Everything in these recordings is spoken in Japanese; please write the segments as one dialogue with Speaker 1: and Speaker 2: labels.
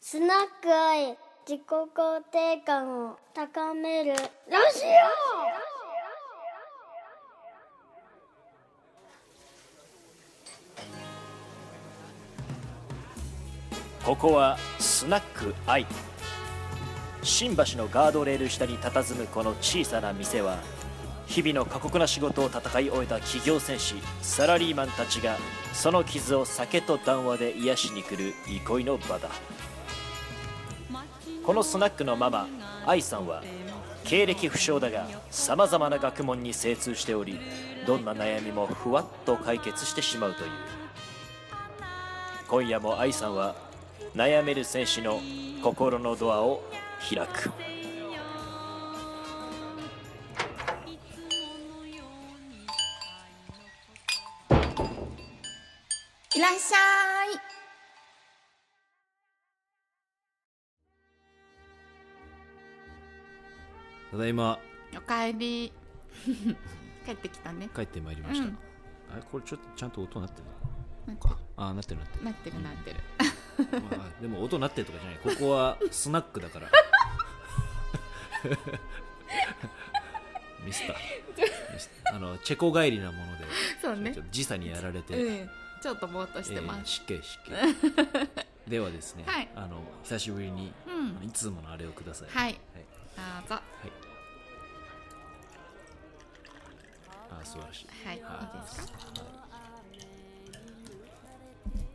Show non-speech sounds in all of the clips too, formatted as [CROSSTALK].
Speaker 1: スナック愛自己肯定感を高めるラジ
Speaker 2: ここはスナックアイ新橋のガードレール下に佇むこの小さな店は日々の過酷な仕事を戦い終えた企業戦士サラリーマンたちがその傷を酒と談話で癒しに来る憩いの場だこのスナックのママ愛さんは経歴不詳だがさまざまな学問に精通しておりどんな悩みもふわっと解決してしまうという今夜も愛さんは悩める選手の心のドアを開く
Speaker 3: いらっしゃい。
Speaker 4: ただいま
Speaker 3: おかえり。 [LAUGHS] 帰ってきたね。
Speaker 4: 帰ってまいりました、
Speaker 3: うん
Speaker 4: あれこれちょっとちゃんと音なってる
Speaker 3: なんか
Speaker 4: ああなってるな
Speaker 3: [LAUGHS]
Speaker 4: って
Speaker 3: なってるなってる。
Speaker 4: る、まあ、でも音なってるとかじゃないここ
Speaker 3: [LAUGHS]
Speaker 4: はスナックだからミスったミスったあのチェコ帰りなもので
Speaker 3: そうね
Speaker 4: ちょっと時差にやられて、
Speaker 3: うん。ちょっとぼーっとしてます。
Speaker 4: 失敬失敬
Speaker 3: [LAUGHS]
Speaker 4: ではですね、
Speaker 3: はい
Speaker 4: あの久しぶりに、
Speaker 3: うん
Speaker 4: いつものあれをください
Speaker 3: はい
Speaker 4: はい
Speaker 3: どう
Speaker 4: は
Speaker 3: ぞ。
Speaker 4: いあー素晴らしい
Speaker 3: はい。いいですか。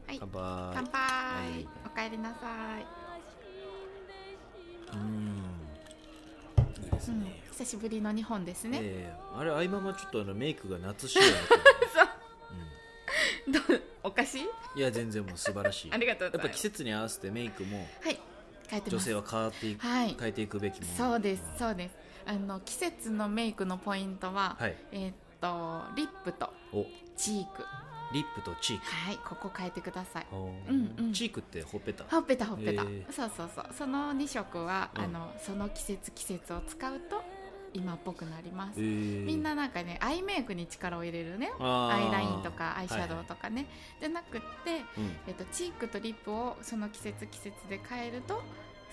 Speaker 3: は
Speaker 4: 乾
Speaker 3: い。
Speaker 4: 杯
Speaker 3: 乾
Speaker 4: はい
Speaker 3: 杯。おかえりなさい。
Speaker 4: いいです
Speaker 3: う
Speaker 4: ね、
Speaker 3: ん。久しぶりの日本ですね。
Speaker 4: ええあれ合間もちょっとあのメイクが夏仕様だったの
Speaker 3: [LAUGHS] どう [LAUGHS] おかしい？
Speaker 4: いや全然もう素晴らしい
Speaker 3: ありがとうご
Speaker 4: やっ
Speaker 3: ざ
Speaker 4: ぱ
Speaker 3: いま
Speaker 4: 季
Speaker 3: す。
Speaker 4: 節に合わせてメイクも
Speaker 3: はい。帰って
Speaker 4: 女
Speaker 3: ます
Speaker 4: 性。は変わっていく、
Speaker 3: はい
Speaker 4: 変えていくべきもの
Speaker 3: そうですそうです。あの季節のメイクのポイントは、
Speaker 4: はい
Speaker 3: えーっとリップと
Speaker 4: お
Speaker 3: チーク。
Speaker 4: リップとチーク
Speaker 3: はい、ここ変えてください。
Speaker 4: おー
Speaker 3: うんうん
Speaker 4: チークってほっぺた
Speaker 3: ほっぺたほっぺた、
Speaker 4: えー
Speaker 3: そうそうそうその2色は、
Speaker 4: うん
Speaker 3: あのその季節季節を使うと今っぽくなります、
Speaker 4: えー
Speaker 3: みんななんかねアイメイクに力を入れるね
Speaker 4: あ
Speaker 3: ア
Speaker 4: ー
Speaker 3: イラインとかアイシャドウ
Speaker 4: は
Speaker 3: とかね、じゃなくって、
Speaker 4: いはいうん
Speaker 3: えっとチークとリップをその季節季節で変えると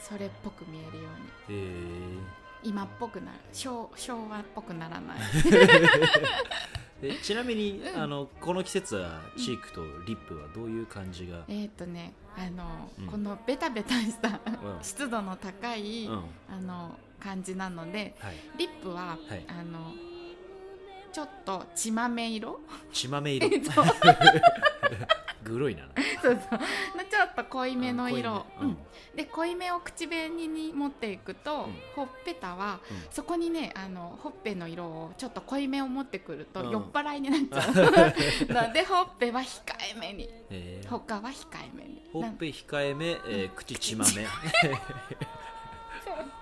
Speaker 3: それっぽく見えるように
Speaker 4: えー
Speaker 3: 今っぽくなる昭昭和っぽくならない
Speaker 4: [LAUGHS] でちなみに、
Speaker 3: うん
Speaker 4: あのこの季節はチークとリップはどういう感じが、
Speaker 3: えっとねあの、
Speaker 4: うん
Speaker 3: このベタベタした
Speaker 4: うん
Speaker 3: 湿度の高い、
Speaker 4: うん
Speaker 3: あの感じなので
Speaker 4: はい
Speaker 3: リップは、
Speaker 4: はい
Speaker 3: あのちょっと血まめ
Speaker 4: [LAUGHS]
Speaker 3: 色
Speaker 4: 血まめ色
Speaker 3: [LAUGHS] えっとそう
Speaker 4: グロいな
Speaker 3: そうのちょっと濃いめの色
Speaker 4: 濃いめうん
Speaker 3: うんで濃いめを口紅に持っていくと、
Speaker 4: うん
Speaker 3: ほっぺたは、
Speaker 4: うん
Speaker 3: そこにねあのほっぺの色をちょっと濃いめを持ってくると、
Speaker 4: うん
Speaker 3: 酔っ払いになっち
Speaker 4: [LAUGHS]
Speaker 3: ゃうなのでほっぺは控えめに
Speaker 4: えー
Speaker 3: 他は控えめに
Speaker 4: ほっぺ控えめ、えー口血
Speaker 3: [LAUGHS]
Speaker 4: まめ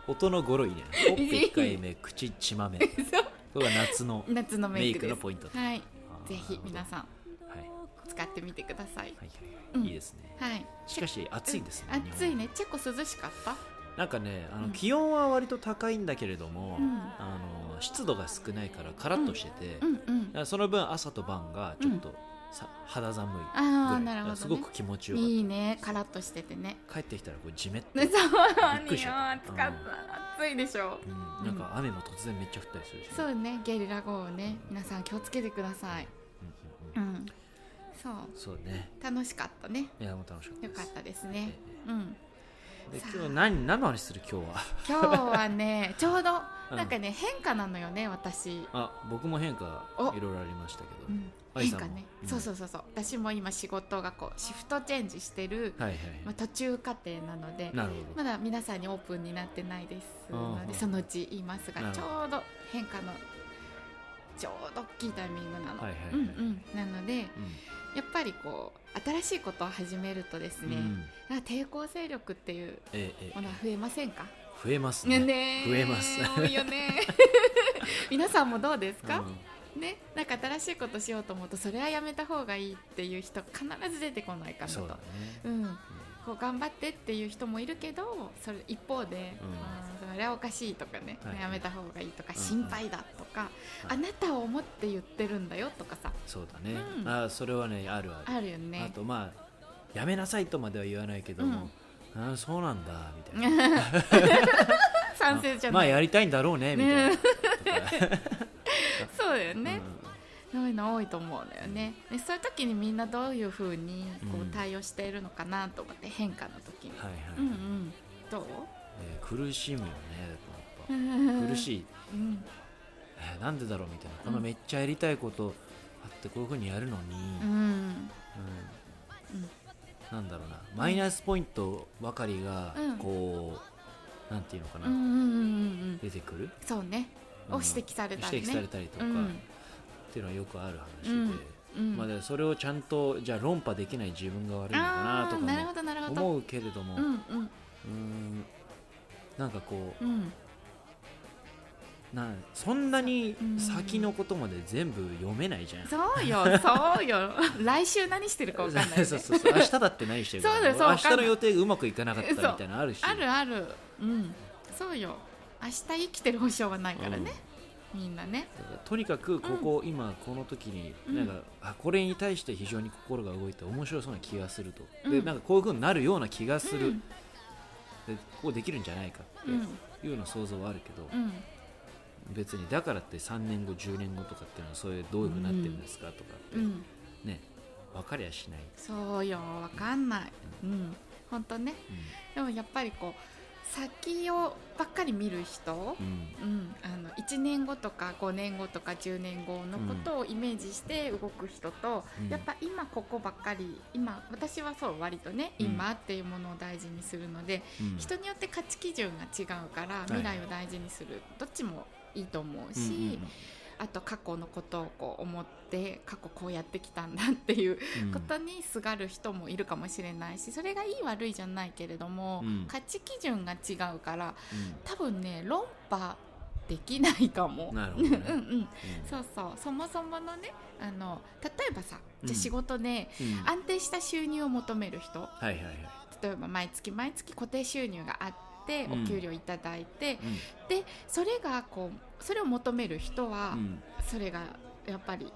Speaker 4: 音のゴロい
Speaker 3: [LAUGHS]
Speaker 4: ねほっぺ控えめ口血まめこれが夏の
Speaker 3: な夏のメイクです
Speaker 4: メイクのポイント
Speaker 3: はい
Speaker 4: あー
Speaker 3: ぜひ皆さん
Speaker 4: はいはい
Speaker 3: 使ってみてください
Speaker 4: はい、
Speaker 3: うん
Speaker 4: いいですね
Speaker 3: はい
Speaker 4: しかし暑いですね、日本
Speaker 3: 暑いねチェコ涼しかった
Speaker 4: なんかねあ
Speaker 3: うん
Speaker 4: の気温は割と高いんだけれども、
Speaker 3: うん
Speaker 4: あの湿度が少ないからカラッとしてて、だ
Speaker 3: う
Speaker 4: か
Speaker 3: んうん
Speaker 4: らその分朝と晩がちょっとさ、肌寒いぐらい
Speaker 3: ああなる
Speaker 4: だか
Speaker 3: ほど、ね、
Speaker 4: らすごく気持ちよかった
Speaker 3: いいねカラッとして
Speaker 4: [LAUGHS]
Speaker 3: てね
Speaker 4: 帰ってきたらこうジメッと、
Speaker 3: そう
Speaker 4: び
Speaker 3: な
Speaker 4: っ
Speaker 3: の
Speaker 4: く
Speaker 3: よ
Speaker 4: りし
Speaker 3: 暑
Speaker 4: ち
Speaker 3: か
Speaker 4: ゃっ
Speaker 3: ったた暑いでしょ
Speaker 4: うん、なんか雨も突然めっちゃ降ったりするしね、
Speaker 3: そうねゲリラ豪雨ね皆さん気をつけてください
Speaker 4: うんうんう
Speaker 3: うんんそう
Speaker 4: そうね
Speaker 3: 楽しかったね
Speaker 4: いやもう楽しかった
Speaker 3: よ
Speaker 4: で
Speaker 3: かっ
Speaker 4: す
Speaker 3: たですねうん
Speaker 4: で
Speaker 3: さあ
Speaker 4: 今日何何の話する今日は
Speaker 3: 今日は
Speaker 4: [LAUGHS]
Speaker 3: ねちょうど
Speaker 4: うん
Speaker 3: なんかね変化なのよね私
Speaker 4: あ僕も変化
Speaker 3: お
Speaker 4: いろいろありましたけど、
Speaker 3: うん
Speaker 4: 愛
Speaker 3: 変
Speaker 4: さん
Speaker 3: 化
Speaker 4: も
Speaker 3: ね
Speaker 4: うん
Speaker 3: そうそうそうそう私も今仕事がこうシフトチェンジしてる
Speaker 4: はいはい、
Speaker 3: まあ途中過程なので
Speaker 4: なるほど、
Speaker 3: まだ皆さんにオープンになってないですの
Speaker 4: うんう
Speaker 3: で
Speaker 4: ん
Speaker 3: そのうち言います
Speaker 4: な
Speaker 3: が
Speaker 4: る
Speaker 3: ち
Speaker 4: ほ
Speaker 3: ょうど変化のちょうど大きいタイミングなの、
Speaker 4: はいはいはい
Speaker 3: うんうん、なので
Speaker 4: う
Speaker 3: やっぱりこう新しいことを始めるとです
Speaker 4: ん
Speaker 3: ね、
Speaker 4: うん
Speaker 3: なんか抵抗勢力っていう
Speaker 4: えええ
Speaker 3: ものは増えませんか
Speaker 4: え増えます
Speaker 3: ね
Speaker 4: ね
Speaker 3: ね
Speaker 4: 増えます
Speaker 3: 多いよ
Speaker 4: [LAUGHS]
Speaker 3: ね皆さんもどうですか、
Speaker 4: うん
Speaker 3: ねなんか新しいことしようと思うとそれはやめた方がいいっていう人必ず出てこないかなと
Speaker 4: そうだね、
Speaker 3: うん、こう頑張ってっていう人もいるけどそれ一方で、あーそれはおかしいとかね、
Speaker 4: はい
Speaker 3: やめた方がいいとか、
Speaker 4: うんうん
Speaker 3: 心配だとか、
Speaker 4: はい
Speaker 3: あなたを思って言ってるんだよとかさ
Speaker 4: そうだね、
Speaker 3: うん
Speaker 4: あそれはねあるある
Speaker 3: あるよね
Speaker 4: あとまあやめなさいとまでは言わないけども、あーそうなんだみ
Speaker 3: [LAUGHS]
Speaker 4: たいな
Speaker 3: 賛成じゃ
Speaker 4: ま
Speaker 3: な
Speaker 4: あ
Speaker 3: い、
Speaker 4: やりたいんだろうねみたいな、
Speaker 3: ねそうだよね、
Speaker 4: うん
Speaker 3: そういうの多いと思うんだよねでそういう時にみんなどういうふうにこ
Speaker 4: う
Speaker 3: うん対応しているのかなと思って変化の時に、
Speaker 4: はいはい、
Speaker 3: うんう
Speaker 4: ね
Speaker 3: んどう、
Speaker 4: 苦しむよね
Speaker 3: う
Speaker 4: やっぱ
Speaker 3: ん、
Speaker 4: 苦しい、
Speaker 3: うん
Speaker 4: えーなんでだろうみたいなこの
Speaker 3: うん
Speaker 4: めっちゃやりたいことあってこういうふうにやるのに、
Speaker 3: うん
Speaker 4: うんなんだろうなマイナスポイントばかりが
Speaker 3: うん
Speaker 4: こう、なんていうのかな、
Speaker 3: うんうんうんうん
Speaker 4: 出てくる、
Speaker 3: そうねを
Speaker 4: うん
Speaker 3: 指摘されたり
Speaker 4: 指摘され
Speaker 3: ね
Speaker 4: たりと
Speaker 3: う
Speaker 4: か、っ
Speaker 3: ん
Speaker 4: ていうのはよくある話で、
Speaker 3: うん
Speaker 4: まあ、だからそれをちゃんとじゃあ論破できない自分が悪いのかな
Speaker 3: あ
Speaker 4: と
Speaker 3: あ
Speaker 4: か
Speaker 3: ーなる
Speaker 4: も
Speaker 3: ほどなるほど
Speaker 4: 思うけれども
Speaker 3: うんうん
Speaker 4: うーんなんかこ
Speaker 3: うんうん
Speaker 4: うなんそんなに先のことまで全部読めないじゃん。
Speaker 3: そう [LAUGHS] よそうよ来週何してるか分かんない、ね、
Speaker 4: そうそうそう明日だって何してるか
Speaker 3: そうだよそう
Speaker 4: 明
Speaker 3: わかん
Speaker 4: 日
Speaker 3: な
Speaker 4: の
Speaker 3: い
Speaker 4: 予定がうまくいかなかったみたいなのあるし
Speaker 3: あるあるうんそうよ明日生きてる保証はないからね、みんなね
Speaker 4: だからとにかくここ、今この時に
Speaker 3: うん
Speaker 4: なんか、あこれに対して非常に心が動いて面白そうな気がすると、で
Speaker 3: うん
Speaker 4: なんかこういうふうになるような気がする、
Speaker 3: うん
Speaker 4: でこうできるんじゃないかっていうような想像はあるけど、
Speaker 3: うん
Speaker 4: 別にだからって3年後10年後とかっていうのはそういうどういうふうになってるんですかとかって、
Speaker 3: うん
Speaker 4: ね分かりゃしない、
Speaker 3: そうよわかんないうん本当ねでもやっぱりこう先をばっかり見る人
Speaker 4: う、ん
Speaker 3: うん、あの1年後とか5年後とか10年後のことをイメージして動く人と、
Speaker 4: うん
Speaker 3: やっぱ今ここばっかり今私はそう割とね
Speaker 4: うん
Speaker 3: 今っていうものを大事にするので、
Speaker 4: うん
Speaker 3: 人によって価値基準が違うから
Speaker 4: い
Speaker 3: 未来を大事にする、どっちもいいと思うし、あと過去のことをこう思って過去こうやってきたんだっていう
Speaker 4: うんうんうん
Speaker 3: ことにすがる人もいるかもしれないしそれがいい悪いじゃないけれども、
Speaker 4: うん
Speaker 3: 価値基準が違うから
Speaker 4: うん
Speaker 3: 多分ね論破できないかも。
Speaker 4: なるほどね
Speaker 3: うんうん、
Speaker 4: うん
Speaker 3: そうそうそもそものねあの例えばさ
Speaker 4: うん
Speaker 3: じゃあ仕事で
Speaker 4: うん
Speaker 3: 安定した収入を求める人、
Speaker 4: はいはいはい、
Speaker 3: 例えば毎月毎月固定収入があって
Speaker 4: うん
Speaker 3: お給料いただいて、
Speaker 4: うん
Speaker 3: でそれがこうそれを求める人は、
Speaker 4: うん
Speaker 3: それがやっぱり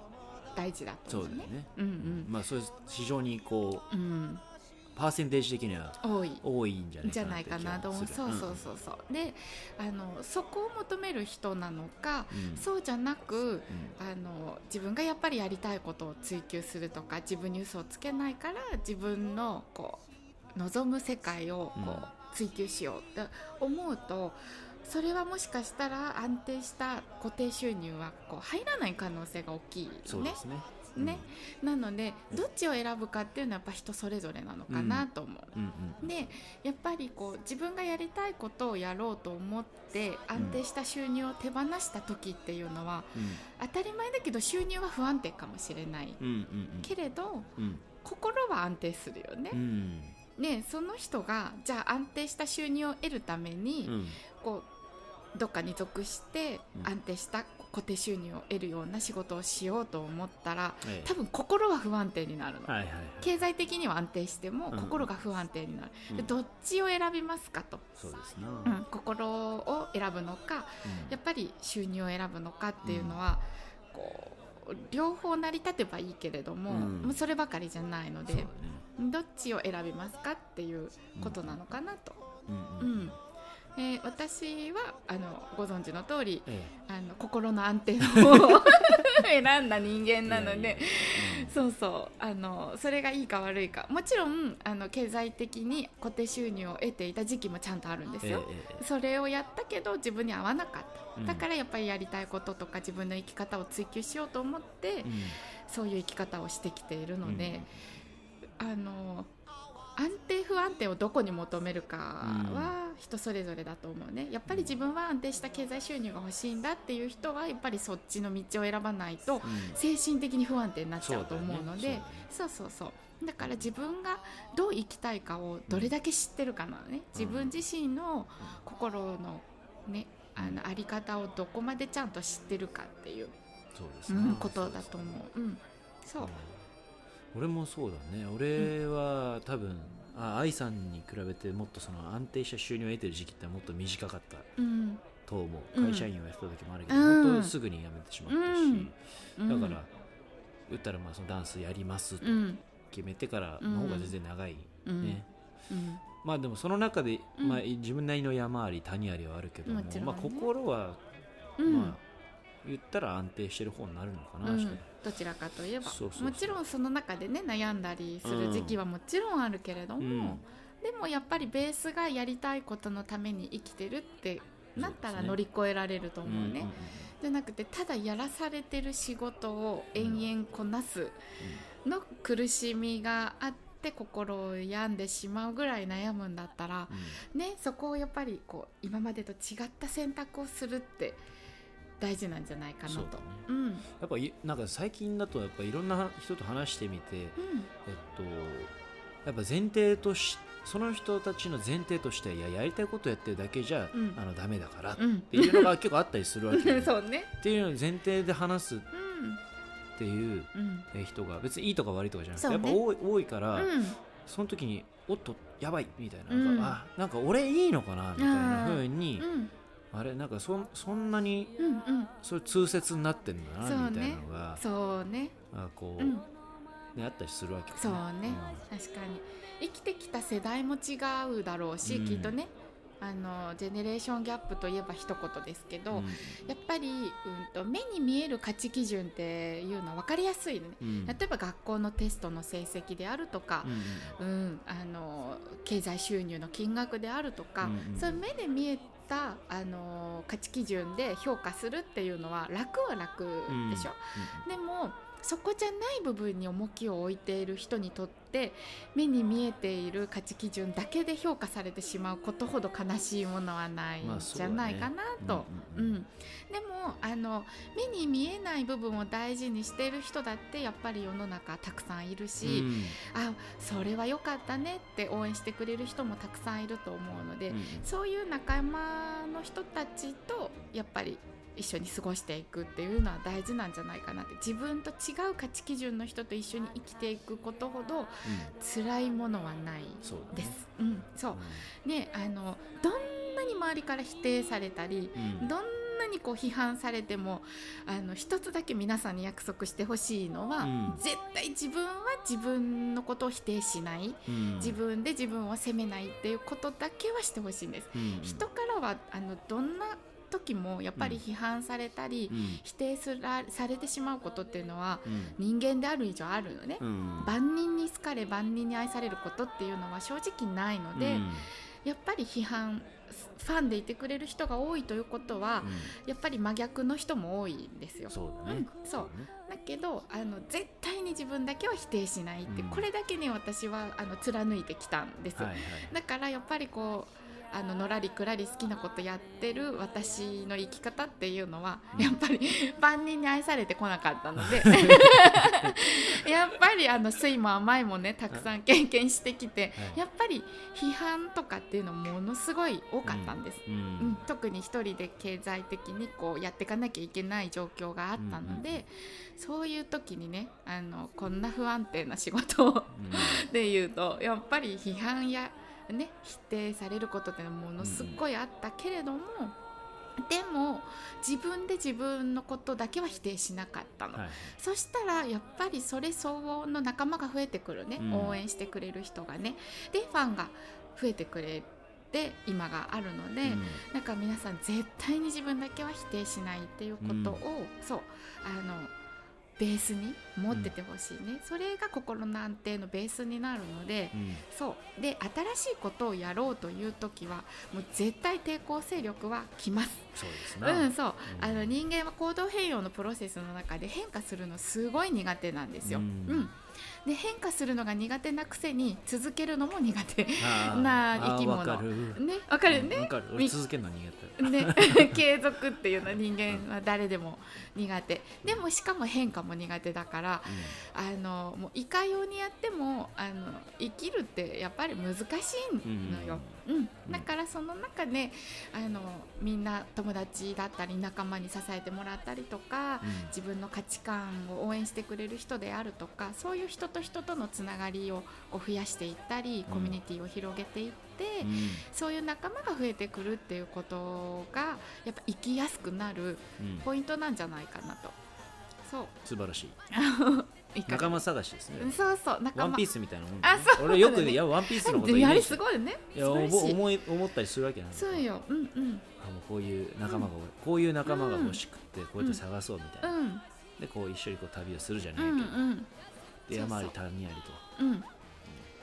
Speaker 3: 大事だと
Speaker 4: そう
Speaker 3: 思
Speaker 4: だ
Speaker 3: う
Speaker 4: よ
Speaker 3: ね。
Speaker 4: ね、
Speaker 3: う
Speaker 4: うん
Speaker 3: ん
Speaker 4: まあそれ非常にこ
Speaker 3: うんうん、
Speaker 4: うパーセンテージ的には
Speaker 3: 多い
Speaker 4: 多いんじゃない
Speaker 3: じ
Speaker 4: か
Speaker 3: ゃ
Speaker 4: な
Speaker 3: な
Speaker 4: っ
Speaker 3: い
Speaker 4: て
Speaker 3: かな
Speaker 4: 気
Speaker 3: と
Speaker 4: が
Speaker 3: 思う
Speaker 4: する
Speaker 3: そうそうそうそうであのそこを求める人なのか、
Speaker 4: うんうん
Speaker 3: そうじゃなく
Speaker 4: うん
Speaker 3: あの自分がやっぱりやりたいことを追求するとか自分に嘘をつけないから自分のこう望む世界をこ
Speaker 4: うん
Speaker 3: う追求しようって思うとそれはもしかしたら安定した固定収入はこう入らない可能性が大きい
Speaker 4: そう
Speaker 3: ね
Speaker 4: ですね
Speaker 3: ねなのでどっちを選ぶかっていうのはやっぱ人それぞれなのかなと思う。
Speaker 4: うんうん
Speaker 3: でやっぱりこう自分がやりたいことをやろうと思って安定した収入を手放した時っていうのは、当たり前だけど収入は不安定かもしれない
Speaker 4: うんうんうんうん
Speaker 3: けれど
Speaker 4: うん
Speaker 3: 心は安定するよね
Speaker 4: う,、ん
Speaker 3: ねその人がじゃあ安定した収入を得るために、
Speaker 4: うん
Speaker 3: こうどっかに属して
Speaker 4: うん
Speaker 3: 安定した固定収入を得るような仕事をしようと思ったら
Speaker 4: ええ
Speaker 3: 多分心は不安定になるの。
Speaker 4: はいはいはい
Speaker 3: 経済的には安定しても
Speaker 4: うん
Speaker 3: 心が不安定になる、
Speaker 4: うん
Speaker 3: でどっちを選びますかと、
Speaker 4: そうですな、う
Speaker 3: うん、心を選ぶのかやっぱり収入を選ぶのかっていうのは、こう両方成り立てばいいけれども、
Speaker 4: うん
Speaker 3: もうそればかりじゃない
Speaker 4: そ
Speaker 3: の
Speaker 4: うだ
Speaker 3: で
Speaker 4: ね
Speaker 3: どっちを選びますかっていうことなのかなと、
Speaker 4: うん
Speaker 3: う
Speaker 4: うんん
Speaker 3: えー私はあのご存知の通り
Speaker 4: え
Speaker 3: あの心の安定の方
Speaker 4: [LAUGHS]
Speaker 3: を選んだ人間
Speaker 4: え
Speaker 3: なので。
Speaker 4: いやいやいや
Speaker 3: そうそうあのそれがいいか悪いかもちろんあの経済的に固定収入を得ていた時期もちゃんとあるんです
Speaker 4: ええ
Speaker 3: よ、
Speaker 4: ええ
Speaker 3: それをやったけど自分に合わなかっ
Speaker 4: うん
Speaker 3: ただからやっぱりやりたいこととか自分の生き方を追求しようと思って、
Speaker 4: うん
Speaker 3: そういう生き方をしてきているので、あの安定不安定をどこに求めるかは人それぞれだと思うねやっぱり自分は安定した経済収入が欲しいんだっていう人はやっぱりそっちの道を選ばないと
Speaker 4: うんうん
Speaker 3: 精神的に不安定になっち
Speaker 4: そ
Speaker 3: ゃ
Speaker 4: う
Speaker 3: うと思うので。
Speaker 4: だよね
Speaker 3: そうそうそうだから自分がどう生きたいかをどれだけ知ってるかなのね、自分自身の心のねあのあり方をどこまでちゃんと知ってるかっていう、
Speaker 4: そうだよねそうです
Speaker 3: う、
Speaker 4: なん
Speaker 3: ことだと思ううんそう
Speaker 4: うん俺もそうだね俺は多分、あ愛さんに比べてもっとその安定した収入を得てる時期ってもっと短かった
Speaker 3: うん
Speaker 4: と思う
Speaker 3: うん
Speaker 4: 会社員をやってた時もあるけど、
Speaker 3: うん
Speaker 4: もっとすぐに辞めてしまったし、
Speaker 3: うん
Speaker 4: だから、打ったらまあそのダンスやりますと
Speaker 3: うん
Speaker 4: 決めてからの方が全然長いね、
Speaker 3: うんうん
Speaker 4: まあでもその中で、
Speaker 3: うん
Speaker 4: まあ、自分なりの山あり谷ありはあるけども
Speaker 3: もちろんね
Speaker 4: まあ、心は、
Speaker 3: うん
Speaker 4: まあ、言ったら安定してる方になるのかな、
Speaker 3: う
Speaker 4: し
Speaker 3: ん
Speaker 4: かも
Speaker 3: どちらかといえば
Speaker 4: そうそうそう
Speaker 3: もちろんその中でね悩んだりする時期はもちろんあるけれども、
Speaker 4: うん
Speaker 3: でもやっぱりベースがやりたいことのために生きてるってなった
Speaker 4: そうで
Speaker 3: ら
Speaker 4: すね
Speaker 3: 乗り越えられると
Speaker 4: うん
Speaker 3: 思うね
Speaker 4: うんうん
Speaker 3: じゃなくてただやらされてる仕事を延々こなすの苦しみがあって心を病んでしまうぐらい悩むんだったら、ね、そこをやっぱりこう今までと違った選択をするって大事なんじゃないかなと
Speaker 4: そうだね。
Speaker 3: うんうん
Speaker 4: やっぱいなんか最近だとやっぱいろんな人と話してみて、えっと、やっぱ前提としその人たちの前提としていややりたいことやってるだけじゃ、
Speaker 3: うん
Speaker 4: あのダメだからっ
Speaker 3: うん
Speaker 4: ていうのが結構あったりするわけよね
Speaker 3: [LAUGHS] そうね。
Speaker 4: っていうのを前提で話すっ
Speaker 3: う。
Speaker 4: ていうん
Speaker 3: うん。
Speaker 4: えー人が別にいいとか悪いとかじゃなくて、
Speaker 3: そう
Speaker 4: や
Speaker 3: ね
Speaker 4: っぱ多い多いから、
Speaker 3: うん。
Speaker 4: その時におっとやばいみたいななんか、
Speaker 3: うん
Speaker 4: あなんか俺いいのかなみたいなふうに、
Speaker 3: うん。
Speaker 4: あれなんかそんそんなに
Speaker 3: うん。うん。
Speaker 4: そういう通説になってんだ
Speaker 3: そう
Speaker 4: な
Speaker 3: ね
Speaker 4: みたいなのが、
Speaker 3: そうね。
Speaker 4: あこう、
Speaker 3: うん
Speaker 4: ね、あったりするわけよ
Speaker 3: そうね。確かに。生きてきた世代も違うだろうし、
Speaker 4: うん
Speaker 3: きっとね。あのジェネレーションギャップといえば一言ですけど、
Speaker 4: うん
Speaker 3: やっぱり、うん、と目に見える価値基準っていうのは分かりやすいのね、
Speaker 4: うん
Speaker 3: 例えば学校のテストの成績であるとか
Speaker 4: う、んうん
Speaker 3: うんあの経済収入の金額であるとか、
Speaker 4: うんうん
Speaker 3: そういう目で見えたあの価値基準で評価するっていうのは楽は楽でしょ、でもそこじゃない部分に重きを置いている人にとって目に見えている価値基準だけで評価されてしまうことほど悲しいものはないん
Speaker 4: まあそう
Speaker 3: じ
Speaker 4: だ
Speaker 3: ゃ
Speaker 4: ね
Speaker 3: ないかなと。
Speaker 4: う
Speaker 3: う
Speaker 4: う
Speaker 3: ん
Speaker 4: ん
Speaker 3: ん
Speaker 4: うん
Speaker 3: でもあの目に見えない部分を大事にしている人だってやっぱり世の中たくさんいるし、
Speaker 4: うん
Speaker 3: あそれは良かったねって応援してくれる人もたくさんいると思うので、
Speaker 4: うん
Speaker 3: そういう仲間の人たちとやっぱり一緒に過ごしていくっていうのは大事なんじゃないかなって自分と違う価値基準の人と一緒に生きていくことほど辛いものはない
Speaker 4: そうだね
Speaker 3: です。うん、そうねあのどんなに周りから否定されたり
Speaker 4: うん
Speaker 3: どんなにこう批判されてもあの一つだけ皆さんに約束してほしいのは、
Speaker 4: うん
Speaker 3: 絶対自分は自分のことを否定しない、
Speaker 4: うん
Speaker 3: 自分で自分を責めないっていうことだけはしてほしいんです。
Speaker 4: うんうん
Speaker 3: 人からはあのどんな時もやっぱり批判されたり、
Speaker 4: うん
Speaker 3: 否定すらされてしまうことっていうのは
Speaker 4: うん
Speaker 3: 人間である以上あるのね。
Speaker 4: うん
Speaker 3: 万人に好かれ万人に愛されることっていうのは正直ないので、
Speaker 4: うん
Speaker 3: やっぱり批判ファンでいてくれる人が多いということは、
Speaker 4: う
Speaker 3: やっぱり真逆の人も多いんですよ
Speaker 4: ん。そうだ
Speaker 3: う
Speaker 4: ね
Speaker 3: んそうだけどあの絶対に自分だけは否定しないって、
Speaker 4: うん
Speaker 3: これだけね私はあの貫いてきたんです、
Speaker 4: はいはい
Speaker 3: だからやっぱりこうあののらりくらり好きなことやってる私の生き方っていうのは、
Speaker 4: うん
Speaker 3: やっぱり [LAUGHS] 万人に愛されてこなかったの
Speaker 4: [LAUGHS]
Speaker 3: で [LAUGHS] やっぱりあの酸いも甘いもねたくさん経験してきて、
Speaker 4: はい
Speaker 3: やっぱり批判とかっていうのものすごい多かったんです、
Speaker 4: うん
Speaker 3: うん、特に一人で経済的にこうやっていかなきゃいけない状況があったので、
Speaker 4: うんう
Speaker 3: そういう時にねあのこんな不安定な仕事を
Speaker 4: うん
Speaker 3: で言うとやっぱり批判や、ね、否定されることってのはものすっごいあったけれども、でも自分で自分のことだけは否定しなかったの。
Speaker 4: はい
Speaker 3: そしたらやっぱりそれ相応の仲間が増えてくるね、
Speaker 4: うん
Speaker 3: 応援してくれる人がねでファンが増えてくれて今があるので、
Speaker 4: うん
Speaker 3: なんか皆さん絶対に自分だけは否定しないっていうことを、そうあのベースに持っててほしいね、それが心の安定のベースになるので、
Speaker 4: うん
Speaker 3: そうで新しいことをやろうという時はもう絶対抵抗勢力はきます。
Speaker 4: そうです
Speaker 3: う
Speaker 4: な。
Speaker 3: ん、そう、
Speaker 4: うん
Speaker 3: あの人間は行動変容のプロセスの中で変化するのすごい苦手なんですよ。
Speaker 4: う
Speaker 3: うんんで変化するのが苦手なくせに続けるのも苦手。
Speaker 4: あー
Speaker 3: な
Speaker 4: あー
Speaker 3: 生き物
Speaker 4: わかる。
Speaker 3: ねわかる
Speaker 4: う
Speaker 3: ね、
Speaker 4: んわかる。俺
Speaker 3: み
Speaker 4: 続けるの苦手。
Speaker 3: ね、 [LAUGHS] 継続っていうのは人間は誰でも苦手でもしかも変化も苦手だからあのもういかようにやってもあの生きるってやっぱり難しいのよ、うんだからその中であのみんな友達だったり仲間に支えてもらったりとか
Speaker 4: うんうん
Speaker 3: 自分の価値観を応援してくれる人であるとかそういう人と人とのつながりをこう増やしていったりコミュニティを広げていって。
Speaker 4: うん
Speaker 3: そういう仲間が増えてくるっていうことがやっぱ生きやすくなる
Speaker 4: うん
Speaker 3: ポイントなんじゃないかなと。そう
Speaker 4: 素晴らしい。
Speaker 3: いか
Speaker 4: 仲間探しですね
Speaker 3: うんそうそう仲間
Speaker 4: ワンピースみたいなもん、ね、
Speaker 3: あそう
Speaker 4: 俺よ
Speaker 3: だ
Speaker 4: く、
Speaker 3: ね
Speaker 4: いやワンピースのこと
Speaker 3: で
Speaker 4: 言
Speaker 3: あ
Speaker 4: う
Speaker 3: れ
Speaker 4: でしょ
Speaker 3: すごいね
Speaker 4: いや
Speaker 3: 素
Speaker 4: 思
Speaker 3: 晴らしい
Speaker 4: 思い思ったりするわけなんだ
Speaker 3: そうようんうん
Speaker 4: あもうこういう仲間が、こういう仲間が欲しくってこうやって探そうみたいな、
Speaker 3: うん
Speaker 4: でこう一緒にこう旅をするじゃな
Speaker 3: う
Speaker 4: いけど、
Speaker 3: んうん
Speaker 4: で
Speaker 3: そうそう
Speaker 4: 山あり谷ありと
Speaker 3: うん、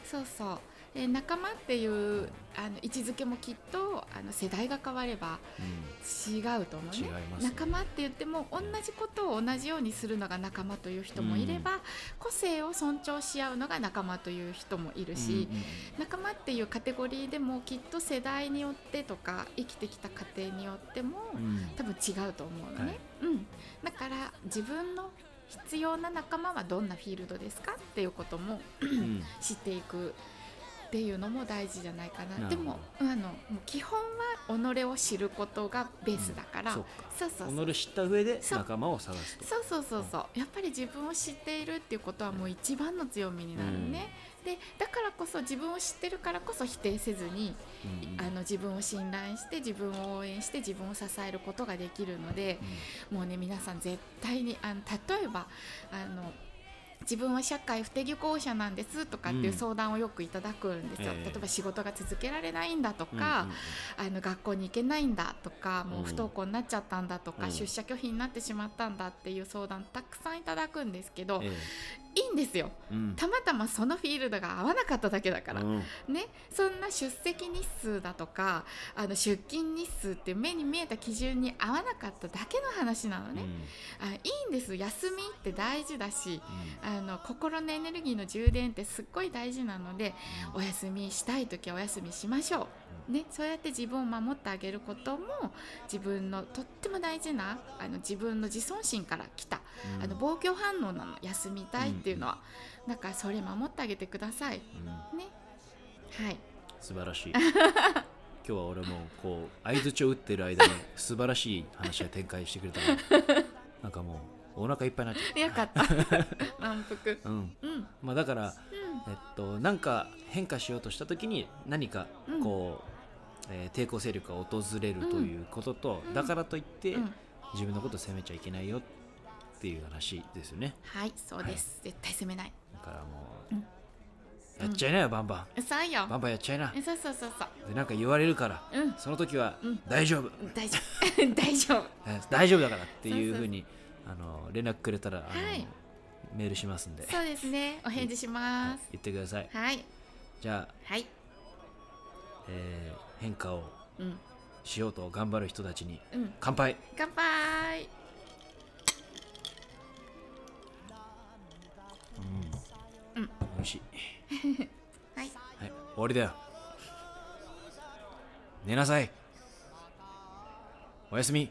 Speaker 3: そうそう、えー仲間っていうあの位置づけもきっとあの世代が変われば
Speaker 4: う
Speaker 3: 違うと思うね
Speaker 4: 違いますね
Speaker 3: 仲間って言っても同じことを同じようにするのが仲間という人もいれば、個性を尊重し合うのが仲間という人もいる
Speaker 4: ん
Speaker 3: し、
Speaker 4: うんうん
Speaker 3: 仲間っていうカテゴリーでもきっと世代によってとか生きてきた家庭によっても、
Speaker 4: うん
Speaker 3: 多分違うと思うのね、
Speaker 4: はい
Speaker 3: うん、だから自分の必要な仲間はどんなフィールドですかっていうことも
Speaker 4: うん
Speaker 3: 知っていくっていうのも大事じゃないか
Speaker 4: な
Speaker 3: な
Speaker 4: るほど
Speaker 3: でもあのもう基本は己を知ることがベースだから、
Speaker 4: そう
Speaker 3: そうそうそう
Speaker 4: 己を知った上で
Speaker 3: そう
Speaker 4: 仲間を探すと
Speaker 3: そうそうそうそうやっぱり自分を知っているっていうことはもう一番の強みになるね、でだからこそ自分を知ってるからこそ否定せずに、
Speaker 4: うんうん
Speaker 3: あの自分を信頼して自分を応援して自分を支えることができるので、もうね皆さん絶対にあの例えばあの自分は社会不適合者なんですとかっていう
Speaker 4: うん
Speaker 3: 相談をよくいただくんですよ、
Speaker 4: ええ
Speaker 3: 例えば仕事が続けられないんだと
Speaker 4: うん
Speaker 3: か、あの学校に行けないんだとかもう不登校になっちゃったんだとか、
Speaker 4: うん
Speaker 3: 出社拒否になってしまったんだっていう相談たくさんいただくんですけど、
Speaker 4: うんうんえ
Speaker 3: いいんですよ
Speaker 4: えうん
Speaker 3: たまたまそのフィールドが合わなかっただけだから、
Speaker 4: うん
Speaker 3: ね、そんな出席日数だとかあの出勤日数って目に見えた基準に合わなかっただけの話なのね
Speaker 4: う、ん
Speaker 3: あいいんです休みって大事だし
Speaker 4: うん
Speaker 3: あの心のエネルギーの充電ってすっごい大事なのでお休みしたい時はお休みしましょう、ね、そうやって自分を守ってあげることも自分のとっても大事なあの自分の自尊心から来た
Speaker 4: うん
Speaker 3: あの防御反応なの休みたいっていうのはだからそれ守ってあげてください
Speaker 4: うん
Speaker 3: ねはい [LAUGHS]
Speaker 4: 素晴らしい今日は俺もこう相づちを打ってる間に素晴らしい話が展開してくれたからなんかもうお腹いっぱいになっちゃ
Speaker 3: よかった [LAUGHS] 満腹
Speaker 4: ううん
Speaker 3: うんうん
Speaker 4: まあだからえっとなんか変化しようとした時に何か
Speaker 3: うん
Speaker 4: こう、えー抵抗勢力が訪れるということと、
Speaker 3: うん
Speaker 4: だからといって、
Speaker 3: うん
Speaker 4: 自分のことを責めちゃいけないよっていう話ですよね
Speaker 3: はいそうです、絶対責めない
Speaker 4: だからも
Speaker 3: うん
Speaker 4: う、やっちゃいなよバンバ
Speaker 3: そうよ
Speaker 4: ンバンバンやっちゃいな
Speaker 3: えそうそうそうそう
Speaker 4: でなんか言われるから、
Speaker 3: うん
Speaker 4: その時は、
Speaker 3: うん
Speaker 4: 大丈夫
Speaker 3: 大丈夫 [LAUGHS] 大丈夫
Speaker 4: え大丈夫だからっていう
Speaker 3: そうそう
Speaker 4: ふうにあの連絡くれたらあの、
Speaker 3: はい
Speaker 4: メールしますんで、
Speaker 3: そうですねお返事し
Speaker 4: は
Speaker 3: ま
Speaker 4: い
Speaker 3: す
Speaker 4: 言ってください
Speaker 3: はい
Speaker 4: じゃ
Speaker 3: はい
Speaker 4: あ、えー変化を
Speaker 3: うん
Speaker 4: しようと頑張る人たちに
Speaker 3: うん
Speaker 4: 乾杯
Speaker 3: 乾杯
Speaker 4: 美味しい
Speaker 3: はい
Speaker 4: はい終わりだよ寝なさいおやすみ